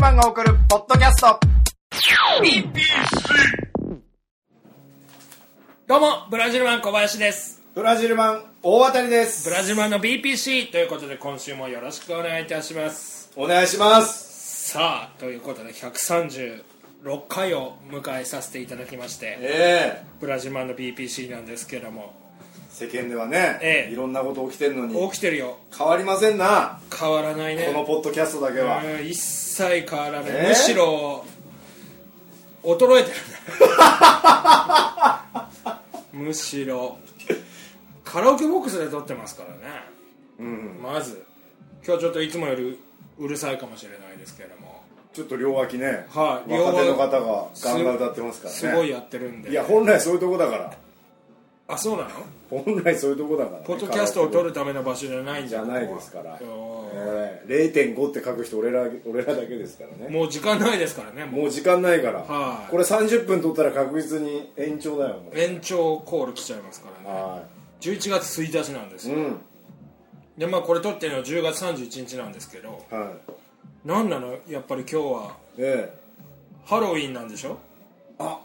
マンが送るポッドキャストどうもブラジルマン小林ですブラジルマン大当たりですブラジルマンの BPC ということで今週もよろしくお願いいたしますお願いしますさあということで136回を迎えさせていただきましてえブラジルマンの BPC なんですけどもえ世間ではね、ええいろんなこと起きてるのに起きてるよ変わりませんな変わらないねこのポッドキャストだけは、うん一切変わらない、えーむしろ衰えてるむしろカラオケボックスで撮ってますからね、まず今日ちょっといつもよりうるさいかもしれないですけれどもちょっと両脇ね、はい若手の両方脇がガンガン歌ってますからねすごいやってるんでいや本来そういうとこだからあそうなの本来そういうとこだからね、ポッドキャストを撮るるための場所じゃないんじだゃないですから、よーええ0.5って書く人俺ら俺らだけですからねもう時間ないですからねもうもう時間ないから、はいこれ30分取ったら確実に延長だよもう延長コール来ちゃいますからねは11月1日なんですいよ、うんでまあこれ撮ってるのは10月31日なんですけどはいなんなのやっぱり今日はええハロウィンなんでしょあ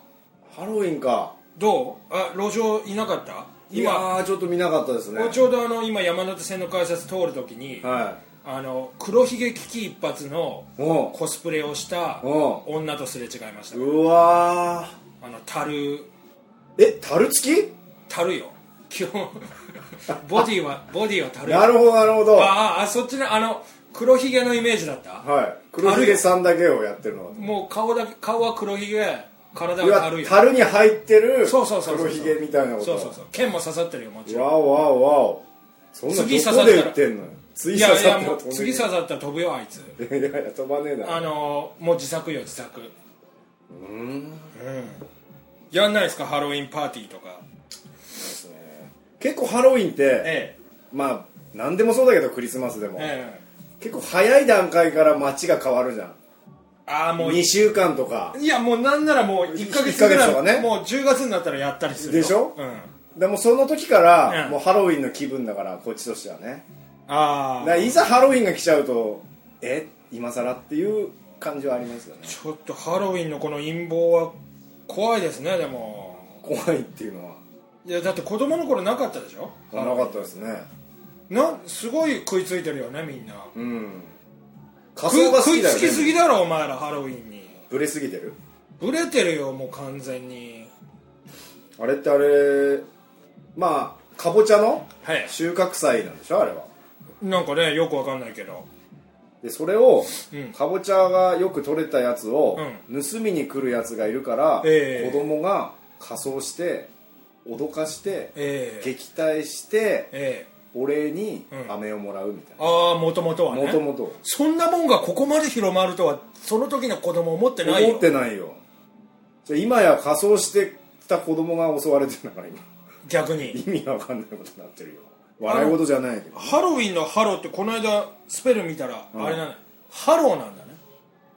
ハロウィンかどうあ路上いなかったいや今ーちょっと見なかったですねちょうどあの今山手線の改札通るときに、はあの黒ひげ危機一髪のいおうコスプレをしたお女とすれ違いましたうわあの樽ーえ樽付き樽よ基本 ボディはボディは樽よなるほどなるほどはあああそっちのあの黒ひげのイメージだったい黒ひげさんだけをやってるのもう顔だけ顔は黒ひげ体いはや樽よ樽に入ってるそうそうそうそう黒ひげみたいなことそうそうそう剣も刺さってるよもちろんわおわおわおそんなど次こで刺さ言ったらってんのよ次い刺やいさやったもらう飛ん次で刺さったら飛ぶよあいつくるいやいや飛ばねえだあろのーもう自作よ自作うんやんないですかハロウィンパーティーとか結構ハロウィンってえまあ何でもそうだけどクリスマスでもえ結構早い段階から街が変わるじゃんああもう2い週間とかやもうなんならもう1か一月ヶぐ月らとかねいもう10月になったらやったりするよでしょうんでもその時からうんもうハロウィンの気分だからこっちとしてはねあだからあいざハロウィンが来ちゃうとえ今更っていう感じはありますよねちょっとハロウィンのこの陰謀は怖いですねでも怖いっていうのはいやだって子供の頃なかったでしょなかったですねなすごい食いついてるよねみんなうん仮食い装が好食きいだつよきすねぎだろお前らハロウィンにブレすぎてるブレてるよもう完全にあれってあれまあかぼちゃのはい収穫祭なんでしょあれはなんかねよくわかんないけどでそれを、うんかぼちゃがよく取れたやつを、盗みに来るやつがいるから、ええ子供が仮装して脅かして、ええ撃退して、えお礼にうん飴をもらうみたえああもともとはいなねもともとそんなもんがここまで広まるとはその時の子供思ってないよ思ってないよじゃあ今や仮装してた子供が襲われてるんだから今 逆に意味わかんないことになってるよ笑い事じゃないけどハロウィンのハロってこの間スペル見たらあれなの、ハローなんだね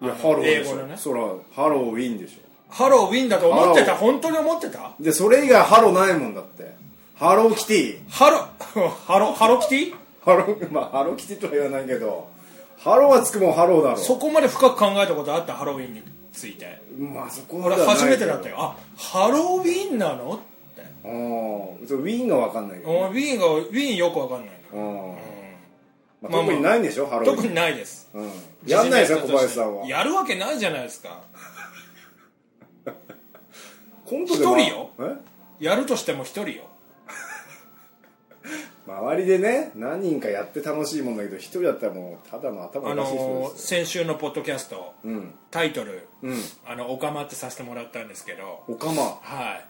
いやハロウィンでし英ょ、語のねそらハロウィンでしハロウィンだと思ってたハ本当に思ってたょでそれ以外ハロないもんだってハローキティハロ ハロハロキティハロー、 まあ、ハローキティとは言わないけど、ハローはつくもんハローだろ。そこまで深く考えたことあったハロウィンについてまあ、そこま俺ではない初めけてどだったよ。あハロウィンなのってうん。そうウィーンがわかんないけどね。おウィーンがウィーンよくわかんないうん。まあ、まあ特にないんでしょ、ハのロー。特にないですうん。やんないですよ、小林さんは。やるわけないじゃないですかコントでは一人よ。えやるとしても一人 よ周りでね、何人かやって楽しいもんだけど、一人だったらもう、ただの頭あおかしい人のです先週のポッドキャスト、よ。うん。タイトル「うん。あのオカマ」ってさせてもらったんですけどおかま。はい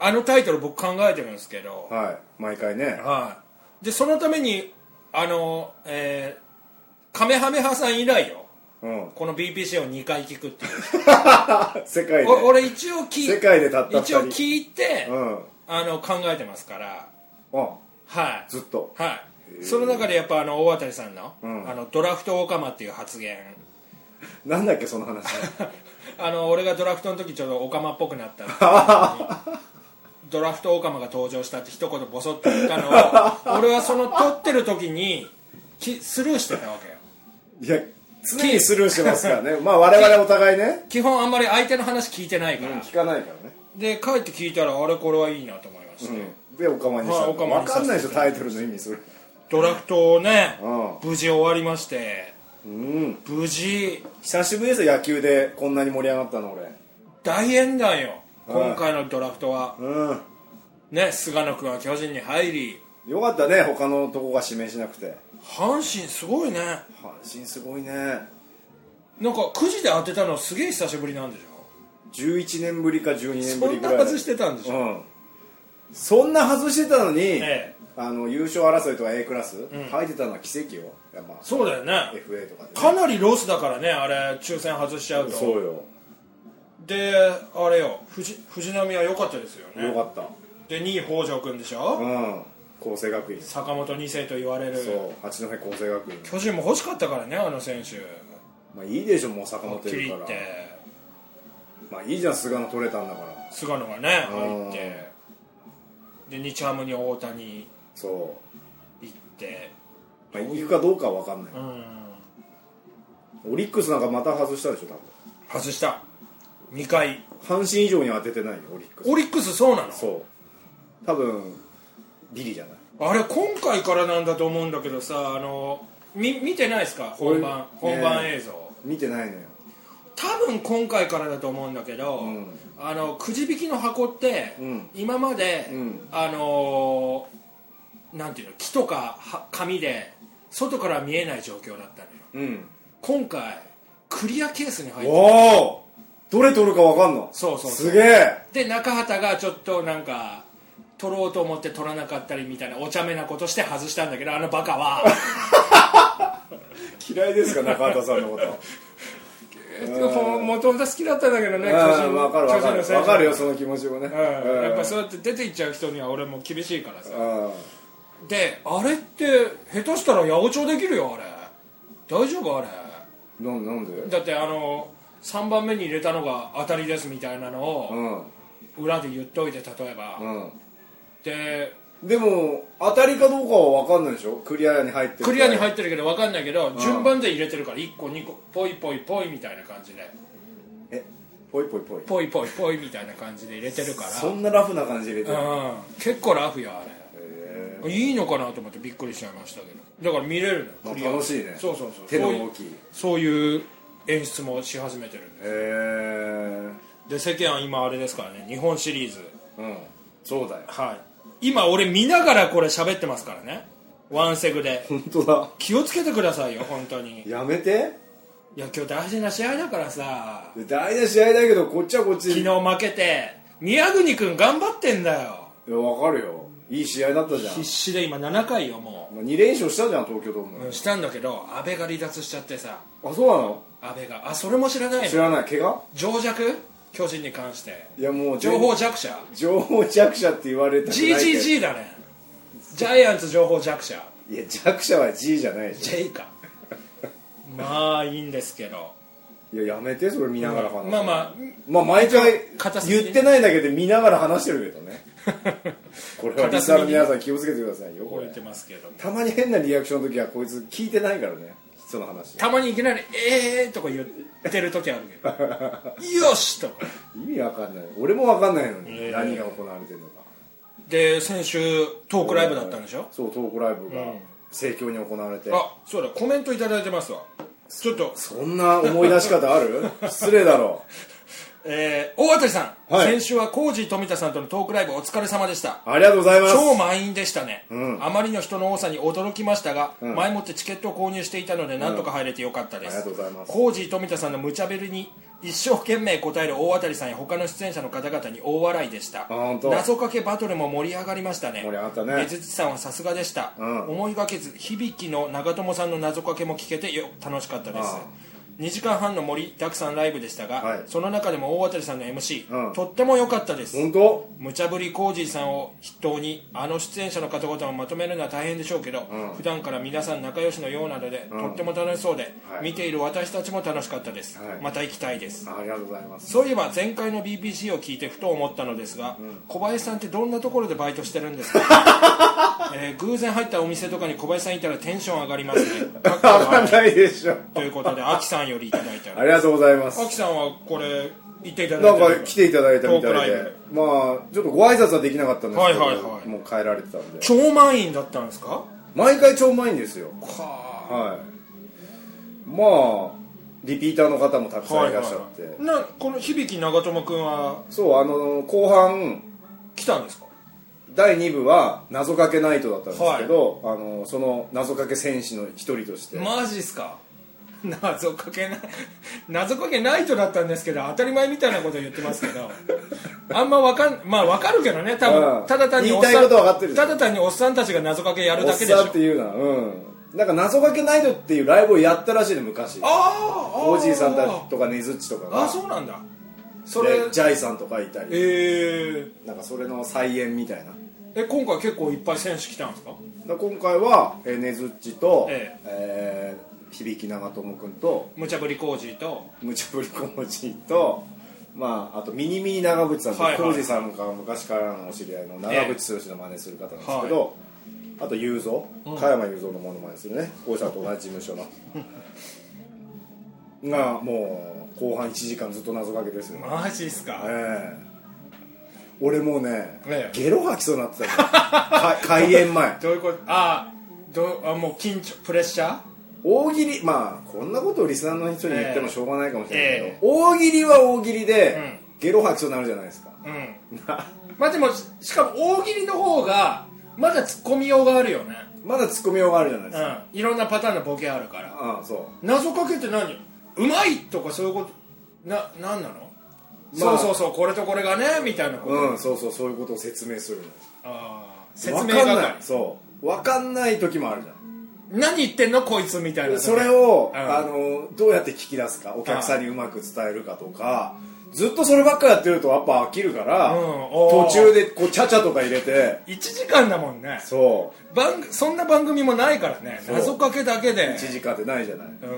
あのタイトル僕考えてるんですけどはい。毎回ね。はいでそのためにあのえーカメハメハさん以来ようん。この BPC を2回聞くっていう世界で。お俺一応聞い世界でたった二一応人。聞いて、うん。あの考えてますからあ、はいずっと。はい、その中でやっぱあの大当たりさんの,、うんあのドラフトオカマっていう発言なんだっけ、その話。あの俺がドラフトの時ちょっとオカマっぽくなったっていう のにドラフトオカマが登場したって一言ボソッと言ったのを俺はその撮ってる時にきスルーしてたわけよいや常キーにスルーしてますからねまあ我々お互いね基本あんまり相手の話聞いてないから、聞かないからねで帰って聞いたらあれこれはいいなと思いました、でおかまにしはたいお釜わにさせてかんないでしょタイトルの意味それドラフトをね、う無事終わりましてうん無事久しぶりですよ野球でこんなに盛り上がったの俺大変だよはい今回のドラフトはうんね菅野君は巨人に入りよかったね他のとこが指名しなくて阪神すごいね阪神すごいねなんかくじで当てたのすげえ久しぶりなんでしょ11年ぶりか12年ぶそりんぐならい外してたんでしょ、うんそんな外してたのに、ええあの優勝争いとか A クラス、ん入ってたのは奇跡よ、いやまあ、そうだよね FA とかでね、かなりロスだからねあれ抽選外しちゃうとそうよ、であれよ藤藤浪は良かったですよよねかったで2位北条君でしょ、うん厚生学院坂本2世と言われるそう八戸厚生学院巨人も欲しかったからねあの選手まあいいでしょもう坂はっ本きいりる言っからてまあいいじゃん菅野取れたんだから菅野がね入ってで日ハムに大谷そ行ってう、まあ、行くかどうかは分かんないうんオリックスなんかまた外したでしょ多外した2回分阪神以上には当ててないよオリックスオリックスそうなのそう多分ビリじゃないあれ今回からなんだと思うんだけどさあのみ見てないですか本番俺本番ねえ映像見てないのよ多分今回からだと思うんだけど、んあのくじ引きの箱って、うん今まで、うんあのーなんていうの木とかは紙で外から見えない状況だったのようん今回クリアケースに入っておおどれ取るか分かんのそうそうそうすげえで中畑がちょっとなんか取ろうと思って取らなかったりみたいなお茶目なことして外したんだけどあのバカは嫌いですか中畑さんの こともともと好きだったんだけどね巨うん人分かる分かる巨人の選手分かるよその気持ちもね、うん、やっぱうそうやって出ていっちゃう人には俺も厳しいからさんであれって下手したら八百長できるよあれ大丈夫あれなんなんでだってあの3番目に入れたのが当たりですみたいなのうをん裏で言っといて例えば、うんででも当たりかどうかは分かんないでしょクリアに入ってるクリアにっ入ってるけど分かんないけど、順番で入れてるから1個2個ポイポイポイみたいな感じでえぽいぽいぽいポイポイポイみたいな感じで入れてるからそんなラフな感じで入れてるうん、結構ラフやあれへいいのかなと思ってびっくりしちゃいましたけどだから見れるのまあクリア楽しいねそうそうそう手のそうい動うきへそういう演出もし始めてるんでえで世間は今あれですからね日本シリーズうんそうだよはい今俺見ながらこれ喋ってますからねワンセグで本当だ気をつけてくださいよ本当にいやめてや今日大事な試合だからさで大事な試合だけどこっちはこっち昨日負けて宮国君頑張ってんだよいや分かるよいい試合だったじゃん必死で今7回よも2連勝したじゃん東京ドーう、うムん、したんだけど阿部が離脱しちゃってさあそうなの阿部があそれも知らない知のらない怪我情弱巨人に関していやもう情報弱者情報弱者って言われたくないけど GGG だねジャイアンツ情報弱者いや弱者は G じゃないでし J かまあいいんですけどょいややめてそれ見ながら話すまあままあ毎回片隅に言ってないだけで見ながら話してるけど ねこれはリスナーの皆さん気をつけてくださいよあこ覚えれてますけどたまに変なリアクションの時はこいつ聞いてないからねその話たまにいきなり「ええー」とか言ってる時あるけ ど「よし!」とか意味わかんない俺もわかんないのええに何が行われてるのかで先週トークライブだったんでしょそうトークライブがうん盛況に行われてあそうだコメントいただいてますわちょっとそんな思い出し方ある 失礼だろえー大当たりさん、はい先週はコージー富田さんとのトークライブお疲れ様でしたありがとうございます超満員でしたね、うんあまりの人の多さに驚きましたが、前もってチケットを購入していたのでなんとか入れてよかったです、ありがとうございますコージー富田さんの無茶ぶりに一生懸命答える大当たりさんや他の出演者の方々に大笑いでした本当謎かけバトルも盛り上がりましたね盛り上がったねえずちさんはさすがでした、ん思いがけず響きの長友さんの謎かけも聞けてよ楽しかったですああ2時間半の盛りだくさんライブでしたが、はいその中でも大渡さんの MC、うんとっても良かったです本当無茶ぶりコージーさんを筆頭にあの出演者の方々をまとめるのは大変でしょうけど、うん普段から皆さん仲良しのようなので、うんとっても楽しそうで、はい見ている私たちも楽しかったです、はいまた行きたいですありがとうございますそういえば前回の BBC を聞いてふと思ったのですが、小林さんってどんなところでバイトしてるんですか、 えー偶然入ったお店とかに小林さんいたらテンション上がりますねかっこわかん笑ないでしょということでアキさんよりいただいておりあまりがとうございますすアキさんはこれ行っていただないんてるか来ていただいたみトークたラいイブでまあちょっとご挨拶はできなかったんですけど、はいはいはいもう帰られてたんで超満員だったんですか毎回超うまいんですよはあはいまあリピーターの方もたくさんいらっしゃって、はいはいなこの響長友君はそうあの後半来たんですか第2部は「謎かけナイト」だったんですけど、あのその謎かけ戦士の一人として、マジっすか 謎かけない 謎かけナイトだったんですけど当たり前みたいなこと言ってますけ どあんまわかんまあわかるけどね多う分んただ単に言おっいたいさこんとは分かってるでしょただ単におっさんたちが謎かけやるおっだけでしょさんっていうなうんなんか謎かけナイトっていうライブをやったらしいの昔あーあーおじいさんたちとかねずっちとかあがあそうなんだそれでジャイさんとかいたりえー、なんかそれの再演みたいなえ今回結構いっぱい選手来たんですかだから今回はえーねずっちと、ええー響長友君と無茶ぶり工事と無茶ぶりコージーと、まあ、あとミニミニ長渕さんと、はいはいコージーさんが昔からのお知り合いの長渕剛の真似する方なんですけど、あと雄三、加山雄三のものまねするねこうしたと同じ事務所のがもう後半1時間ずっと謎かけですよ、ねマジっすかえ俺もうね、ええゲロ吐きそうになってたのか開演前どういうことあーどうあもう緊張プレッシャー大喜利まあこんなことをリスナーの人に言ってもしょうがないかもしれないええけど、大喜利は大喜利で、うんゲロ吐きそうになるじゃないですか うんまあでもししかも大喜利の方がまだ突っ込みようがあるよねまだ突っ込みようがあるじゃないですか、うんいろんなパターンのボケあるからああそ謎かけって何うまいとかそういうことな何なの、まあそうそうそうこれとこれがねみたいなこうと、あうんそうそうそういうことを説明するのあー説明わかんない係そう分かんない時もあるじゃ何言ってんのこいつみたいなんそれを、うんあのどうやって聞き出すかお客さんにうまく伝えるかとか、ずっとそればっかやってるとやっぱ飽きるから、うんおー途中でこうちゃちゃとか入れて1時間だもんねそ番そんな番組もないからねそう謎かけだけうで1時間ってないじゃないうんだか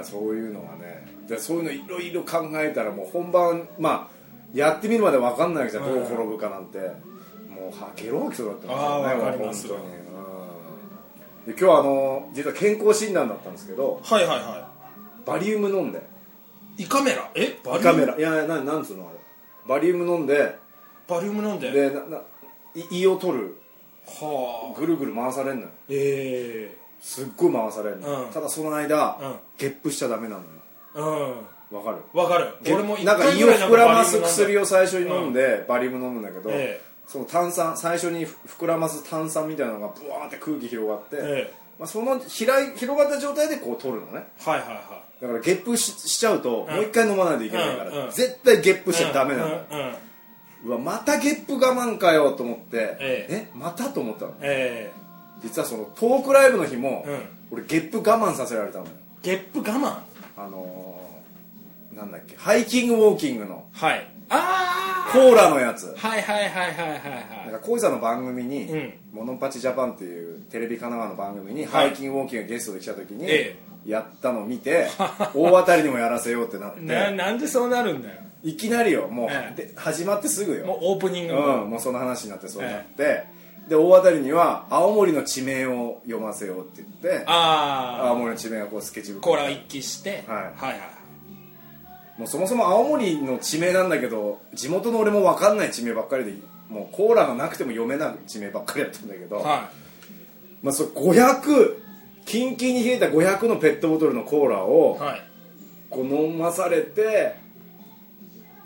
らそういうのはねだからそういうのいろいろ考えたらもう本番まあやってみるまで分かんないわけじゃん、うんどう転ぶかなんてもうはゲロ吐きそうだったんですあよーねわかりますもう本当に、うん、で今日あの実は健康診断だったんですけどはいはいはバリウム飲んでい胃カメラえバリウムカメラいやいやななんつうのあれバリウム飲んでバリウム飲んででなない胃を取るはあぐるぐる回されんのよええすっごい回されんのよ、うんただその間、うんゲップしちゃダメなのようんわかるわかる俺も一なんか回胃ぐをらいなん膨からます薬をを最初に飲んで、バリウム飲むんだけど、ええその炭酸最初に膨らます炭酸みたいなのがブワーって空気広がって、ええまあ、その開い広がった状態でこう取るのねはいはいはだからゲップししちゃうと、うんもう一回飲まないといけないから、うんうん絶対ゲップいしちゃダメなんだよ、うんうんうんうわまたゲップ我慢かよと思ってええまたと思ったのええ実はそのトークライブの日も、うん俺ゲップ我慢させられたのよゲップ我慢あのー、なんだっけハイキングウォーキングのはいあコーラのやつあはいはいはいはいはいなんはか浩次さんの番組に、うんモノパチジャパンっていうテレビ神奈川の番組に、はいハイキングウォーキングがゲストで来た時に、えやったのを見 て大当たりにもやらせようってなっいなてなんでそうなるんだよいきなりよもう、ええで始まってすぐよもうオープニングうん、もうその話になってそうになって、で大当たりには青森の地名を読ませようって言って青ああ森の地名がこうスケッチブックコーラを一気してはいはいはもうそもそも青森の地名なんだけど地元の俺も分かんない地名ばっかりでもうコーラがなくても読めない地名ばっかりやったんだけど、いはまあ、そう500キンキンに冷えた500のペットボトルのコーラをいはいこう飲まされて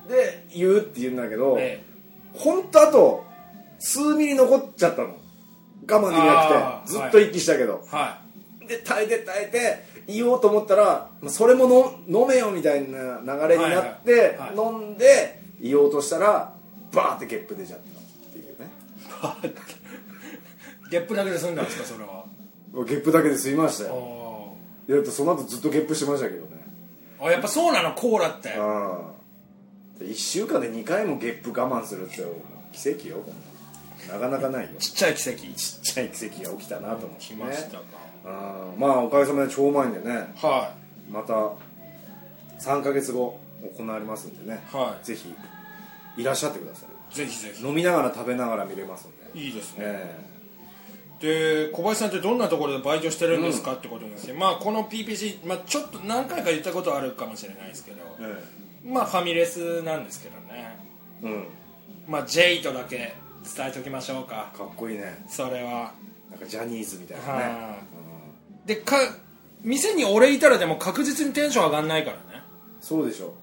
で言うって言うんだけど、えほんとあと数ミリ残っちゃったの我慢できなあーくてずっと息したけど、えはで耐えて耐えて言おうと思ったらまあそれもの飲めよみたいな流れになって、はいはいは飲んで言おうとしたらバーってゲップ出ちゃったっていうね いゲップだけで済んだんですかそれはゲップだけで済みましたあよあいやだってその後ずっとゲップしてましたけどねあやっぱそうなのコーラってうん1週間で2回もゲップ我慢するって奇跡よこんなのなかなかないよちちっちゃい奇跡っちゃい奇跡が起きたなと思って、来ね、ましたか、あーまあおかげさまで超満員でねはまた3ヶ月後行われますんでね、はいぜひいらっしゃってくださいぜひぜい飲みながら食べながら見れますんで、ひいいですね、えで小林さんってどんなところでバイトしてるんですかってことなんですけど、まあこの PPC、まあ、ちょっと何回か言ったことあるかもしれないですけど、ええまあファミレスなんですけどねえうんまあ J とだけ伝えときましょうかかっこいいねそれはなんかジャニーズみたいなねはい、でか店に俺いたらでも確実にテンション上がんないからねそうでしょ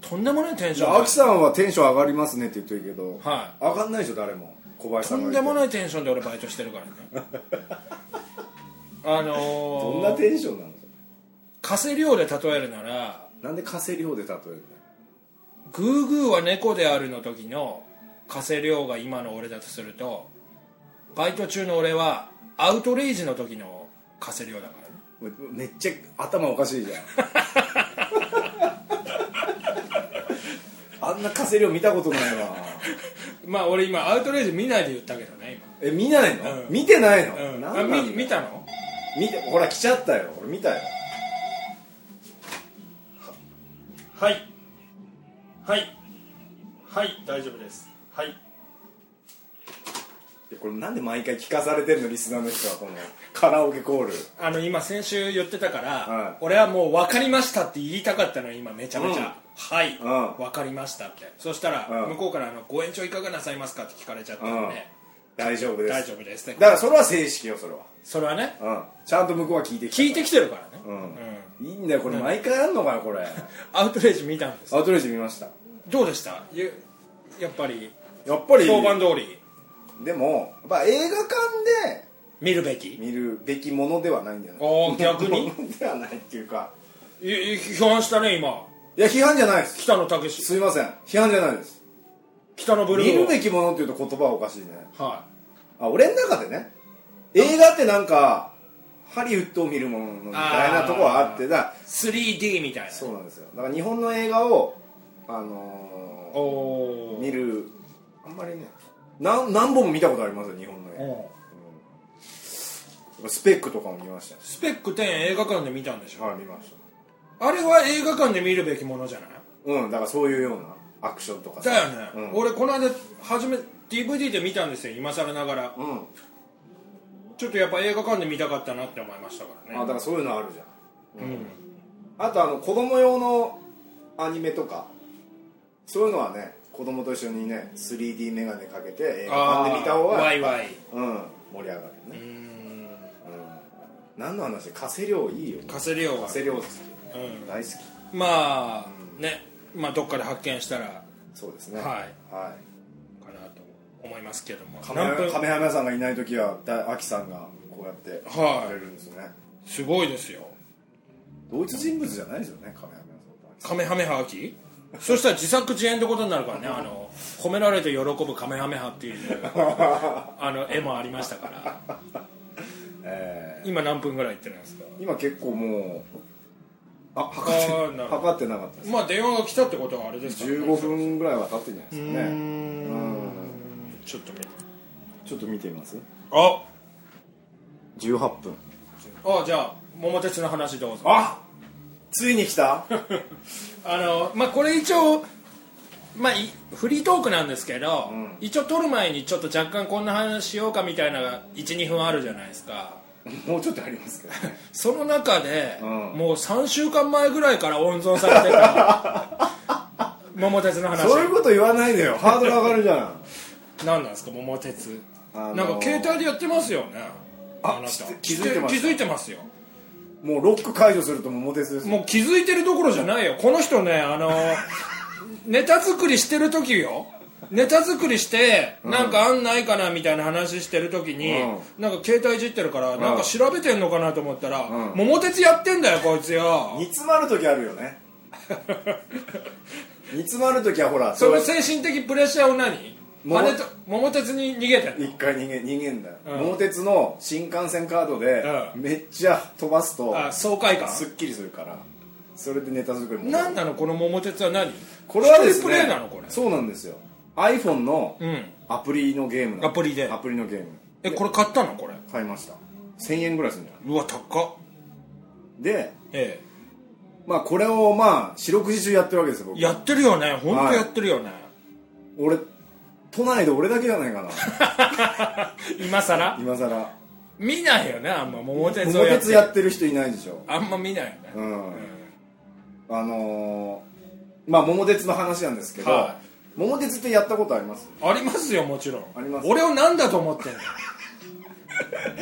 とんでもないテンシじョゃンあ上が秋さんはテンション上がりますねって言ってるけど、は上がんないでしょ誰も小林さとんがんでもないテンションで俺バイトしてるから ねあどんのなー、テンションなの稼量で例えるならなんで稼量で例えるんだグーグーは猫であるの時の稼量が今の俺だとするとバイト中の俺はアウトレイジの時の稼量だからねよめっちゃ頭おかし いじゃんあんな稼量見たことないわまあ俺今アウトレイジ見ないで言ったけどねえ見ないの、うん見てないの、今、うん、なんあなんだみ見たの見てほら来ちゃったよ俺見たよはいはいはい大丈夫ですはいいやこれなんで毎回聞かされてんのリスナーの人はこのカラオケコールあの今先週言ってたから、はい俺はもう分かりましたって言いたかったの今めちゃめちゃ、うんはい、うん分かりましたってそしたら、うん向こうからあの「ご延長いかがなさいますか?」って聞かれちゃったんで、大丈夫です大丈夫ですねだからそれは正式よそれはそれはねうんちゃんと向こうは聞いてきた聞いてきてるからね、ううんん、いいんだよこれ毎回あんのかよこれアウトレイジ見たんですアウトレイジ見ましたどうでしたゆやっぱりやっぱり評判通りでもやっぱ映画館で見るべき見るべきものではないんじゃないああ逆 にではないっていうかいい批判したね今いや批判じゃないです北野武すいません批判じゃないです北野ブルー見るべききものっていうと言葉はおかしいねはあ俺の中でね映画ってなんかハリウッドを見るものみたいなとこはあってだい 3D みたいなそうなんですよだから日本の映画をあのおーー見るあんまりねなん何本も見たことありますよ日本の映画おースペックとかも見ましたしスペック10映画館で見たんでしょはい見ましたあれは映画館で見るべきものじゃないうんだからそういうようなアクションとかさだよね、うん、俺この間初め DVD で見たんですよ今更ながらうんちょっとやっぱ映画館で見たかったなって思いましたからあねだからそういうのあるじゃうんんあとあの子供用のアニメとかそういうのはね子供と一緒にね 3D メガネかけて映画館で見た方があーワイワイうん盛り上がるうね、んうん、何の話稼量いいよ稼量は稼量好きうん大好きまあねまあどっかで発見したらかそうですねはいはなと思いますけどもい、何亀分亀山さんがいない時はだアキさんがこうやってはいくれるんですね、すごいですよ同一人物じゃないですよね亀山さんとカメハメハ秋そしたら自作自演ってことになるから ねあの褒められて喜ぶカメハメハっていうあの絵もありましたからえ今何分ぐらいいってるんですかー今結構もうあ測あーっなるてほど測ってなかったですまあ電話が来たってことはあれですから、 15分ぐらいは経ってんじゃないですかねうんちょっと見てちょっと見てみますあ18分あじゃあ桃鉄の話どうぞ あついに来たあのまあこれ一応まあいフリートークなんですけど、ん一応撮る前にちょっと若干こんな話しようかみたいな12分あるじゃないですか もうちょっとあります けどねその中で、うんもう3週間前ぐらいから温存されてた 桃鉄の話そういうこと言わないでよハードル上がるじゃん何なんですか桃鉄、あのーなんか携帯でやってますよねあな知って気づいてます気づいてますよもうロック解除すると桃鉄ですよもう気づいてるどころじゃないよこの人ねあのネタ作りしてる時よネタ作りしてなんか案ないかなみたいな話してる時に、うなんか携帯いじってるからなんか調べてんのかなと思ったら、ん桃鉄やってんだよこいつよ 煮詰まる時あるよね煮詰まる時はほらそそうのやって精神的プレッシャーを何桃金と桃鉄に逃げてんの一回逃げ逃げんだよ、うん桃鉄の新幹線カードでうめっちゃ飛ばすとあ爽快感すっきりするからそれでネタ作りも何なのこの桃鉄は何これはで一すね人プレイなのこれそうなんですよ iPhone のうんアプリのゲームなのアプリでアプリのゲームえこれ買ったのこれ買いました1000円ぐらいするんじゃないうわ高っでえまあこれをまあ四六時中やってるわけですよえ僕やってるよね本当やってるよね、俺都内で俺だけじゃないかな 今さら今さら見ないよねあんま桃鉄を桃やって鉄るやってる人いないでしょあんま見ないよね、うんうんあのー、まあ桃鉄の話なんですけど、は桃鉄ってやったことありますありますよもちろんあります俺を何だと思 ってんの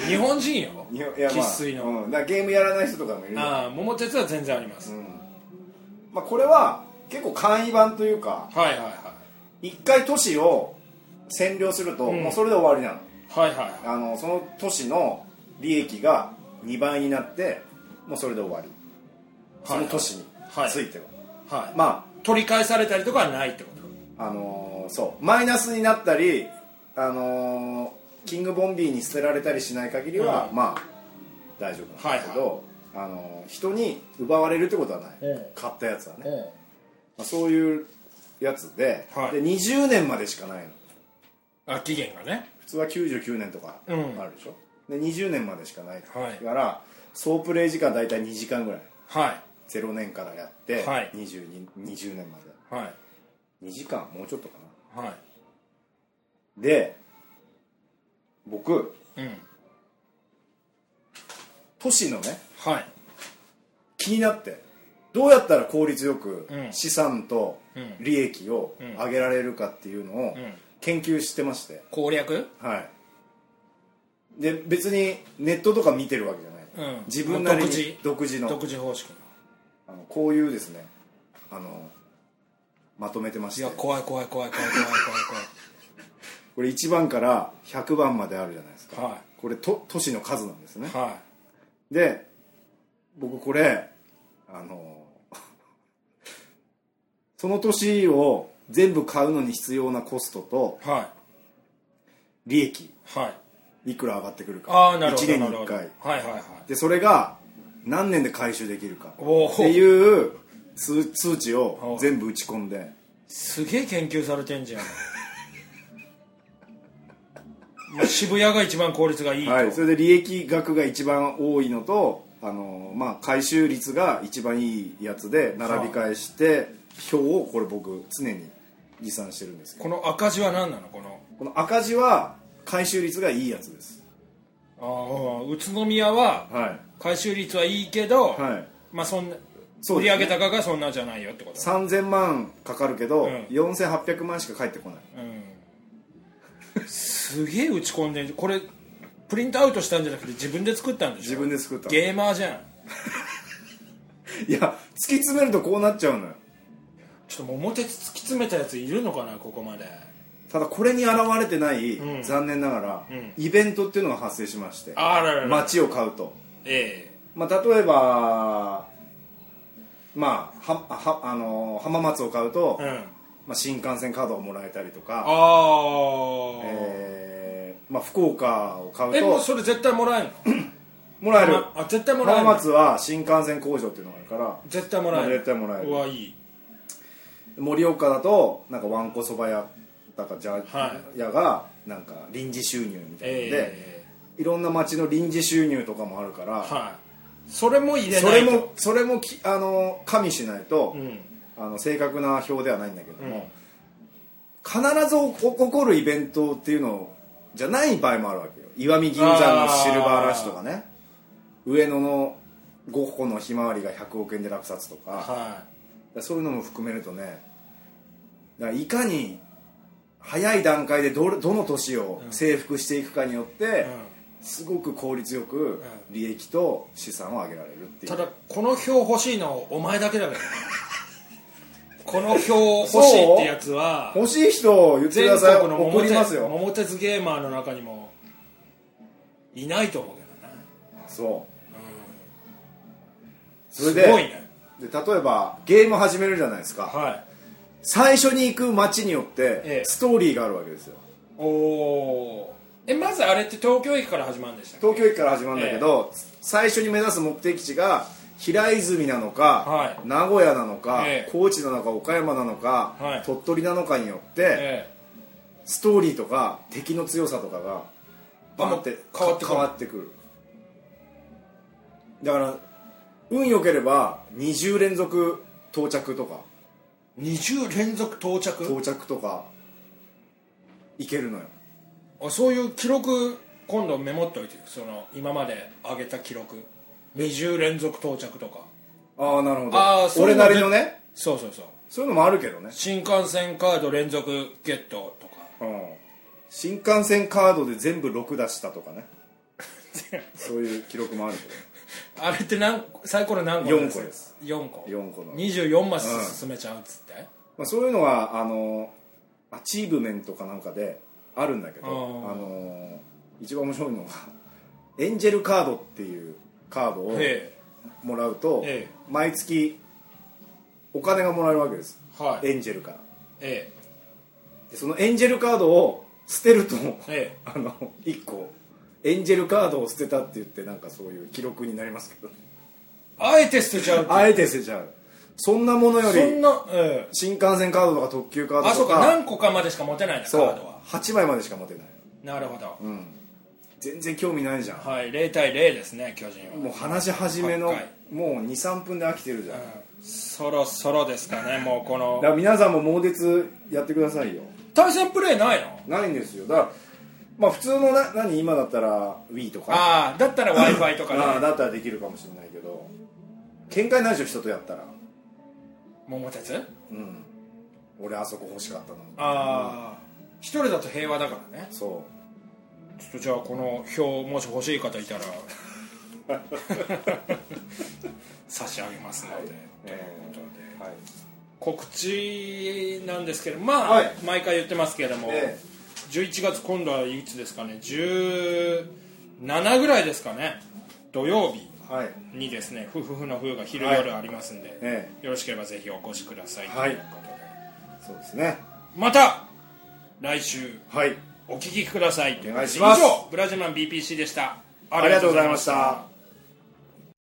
日本人よいやい生やまあ粋の、うん、だからゲームやらない人とかもいるのああ桃鉄は全然あります、まあ、これは結構簡易版というかはいはいは一回都市を占領すると、んもうそれで終わりなのいはいはいはあのその都市の利益が2倍になってもうそれで終わりその都市にはいついては、い、はいま取り返されたりとかはないってことああのーそうマイナスになったりあのーキングボンビーに捨てられたりしない限りは、うんまあ大丈夫なんですけど、はあのー人に奪われるってことはない、うん買ったやつはね、うんまあ、そういうやつで,、はいで20年までしかないのあ期限がね普通は99年とかあうるんでしょ、で20年までしかないはいから総プレイ時間大体2時間ぐらいは0年からやって、はい二十 20, 20年までいはい2時間もうちょっとかなはで僕いうん都市のねはい気になってどうやったら効率よくうん資産とうん利益をん上げられるかっていうのをうん研究してまして、攻略はいで別にネットとか見てるわけじゃない、うん自分なり独自に独自の独自方式のあのこういうですねあのまとめてましいてや怖い怖い怖い怖い怖い怖いこれ1番から100番まであるじゃないですか、はいこれと都市の数なんですね怖いはで僕これあの その都市を全部買うのに必要なコストといはい利益はいいくら上がってくるかああなるほど1年になるほ1どはい回はいはいでそれが何年で回収できるかっおおていう数数値を全部打ち込んですげえ研究されてんじゃんもう渋谷が一番効率がいいと、はい、それで利益額が一番多いのと、あのまあ、回収率が一番いいやつで並び替えして表をこれ僕常に持参してるんですけどこの赤字は何なのこのこの赤字は回収率がいいやつですああ宇都宮ははい、回収率はいいけど、はい、まあそんなそう売ですね上高がそんなじゃないよってこと3000万かかるけど、うん4800万しか返ってこないうんすげえ打ち込んでるこれプリントアウトしたんじゃなくて自分で作ったんでしょ自分で作ったのゲーマーじゃんいや突き詰めるとこうなっちゃうのよちょっと桃鉄突き詰めたやついるのかなここまでただこれに現れてない、うん残念ながら、うんイベントっていうのが発生しましてあららら街を買うとえまあ、例えば、まあははあのー浜松を買うと、えうんあまあ、新幹線カードをもらえたりとか、あ、えーまあ、福岡を買うえもうとそれ絶対もらえんのもらえるまあ絶対もらえ浜る松は新幹線工場っていうのがあるから絶対もらえる絶対もらえるうわいい盛岡だとなんかわんこそば屋だかじゃ、は屋がなんか臨時収入みたいなので、えいろんな町の臨時収入とかもあるから、えはいそれも入れそなれいともそれもきあの加味しないと、うんあの正確な表ではないんだけどうも、ん必ず起こるイベントっていうのじゃない場合もあるわけよ石見銀山のシルバーラッシュとかね上野の5個のひまわりが100億円で落札とかはそういうのも含めるとねだからいかに早い段階でどれどの年を征服していくかによって、すごく効率よくう利益と資産を上げられるっていいうただこの票欲しいのお前だけだ からこの票欲しいってやつは欲しい人言ってく全ださい国の送桃り鉄ますよ桃鉄ゲーマーの中にもいないと思うけどね、そうそすれでごいねで例えばゲーム始めるじゃないですか、はい最初に行く街によっええてストーリーがあるわけですよおおえまずあれって東京駅から始まるんでしたっけ東京駅から始まるんだけど、最初に目指す目的地が平泉なのか、はい名古屋なのか、ええ高知なのか岡山なのか、はい鳥取なのかによって、えストーリーとか敵の強さとかがバンってあ変わってくる変わってくるだから運良ければ20連続到着とかえ20連続到着到着とかいけるのよあそういう記録今度メモっといてその今まで上げた記録20連続到着とかああなるほどあーそうい俺うのなりのねそうそうそうそういうのもあるけどね、新幹線カード連続ゲットとかうん、新幹線カードで全部6出したと かねそういう記録もあるけどあれって何サイコロ何個四個です4個四個の24マうんス進めちゃうっつって、まあ、そういうのはあのアチーブメントかなんかであるんだけどああーの一番面白いのがエンジェルカードっていうカードをえもらうと、ええ毎月お金がもらえるわけですえはいえエンジェルからえでそのエンジェルカードを捨てると、ええあの1個エンジェルカードを捨てたって言ってなんかそういう記録になりますけどあえて捨てちゃうってあえて捨てちゃうそんなものよそんりなええ新幹線カードとか特急カードとかあそうか何個かまでしか持てないんだカそーうドは8枚までしか持てないなるほど、全然興味ないじゃん、はい0対0ですね巨人はもう話し始めのはいもう23分で飽きてるじゃん、そろそろですかねもうこだかのら皆さんも猛烈やってくださいよ対戦プレーないのないんですよだからまあ普通のな何今だったら Wii とかああだったら w i f i とまかあねだったらできるかもしれないけど喧嘩にないでしょ人とやったら桃鉄うん俺あそこ欲しかったのにああ一人だと平和だからねそちょっとじゃあこの表もし欲しい方いたら 差し上げますので、う、はい告知なんですけどまあ、はい毎回言ってますけども、え11月今度はいつですかね17ぐらいですかね土曜日はいにですね「ふふふのふ」が昼はい夜ありますんで、えよろしければぜひお越しくださいとはいいうことで、そうですねまた来週はいお聞きくださいとうことでお願いします以上ブラジルマン BPC でしたありがとうございました